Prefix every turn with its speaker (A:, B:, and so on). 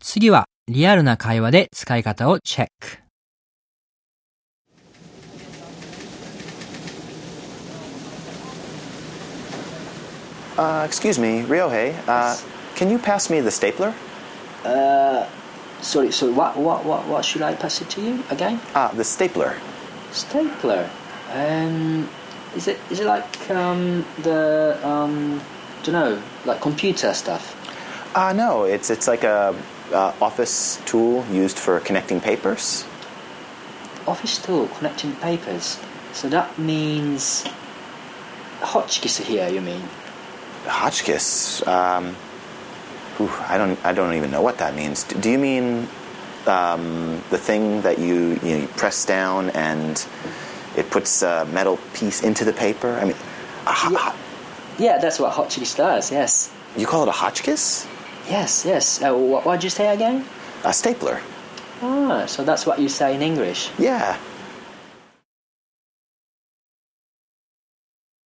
A: 次はリアルな会話で使い方をチェック。
B: Uh, excuse me, Ryohei. Uh, can you pass me the stapler?
C: Sorry, so what, what, what, what should I pass it to you again?
B: Ah, the stapler.
C: Stapler. Um, is it is it like um, the um, don't know like computer stuff?
B: Ah, no, it's it's like a uh, office tool used for connecting papers.
C: Office tool connecting papers. So that means Hotchkiss here. You mean?
B: Hotchkiss. Um, ooh, I don't I don't even know what that means. D- Do you mean um, the thing that you you, know, you press down and it puts a metal piece into the paper? I mean, a ho-
C: Yeah. Yeah, that's what Hotchkiss does. Yes,
B: you call it a Hotchkiss?
C: yes, yes. Uh, what did you say again?
B: A stapler.
C: Ah, so that's what you say in English.
B: Yeah.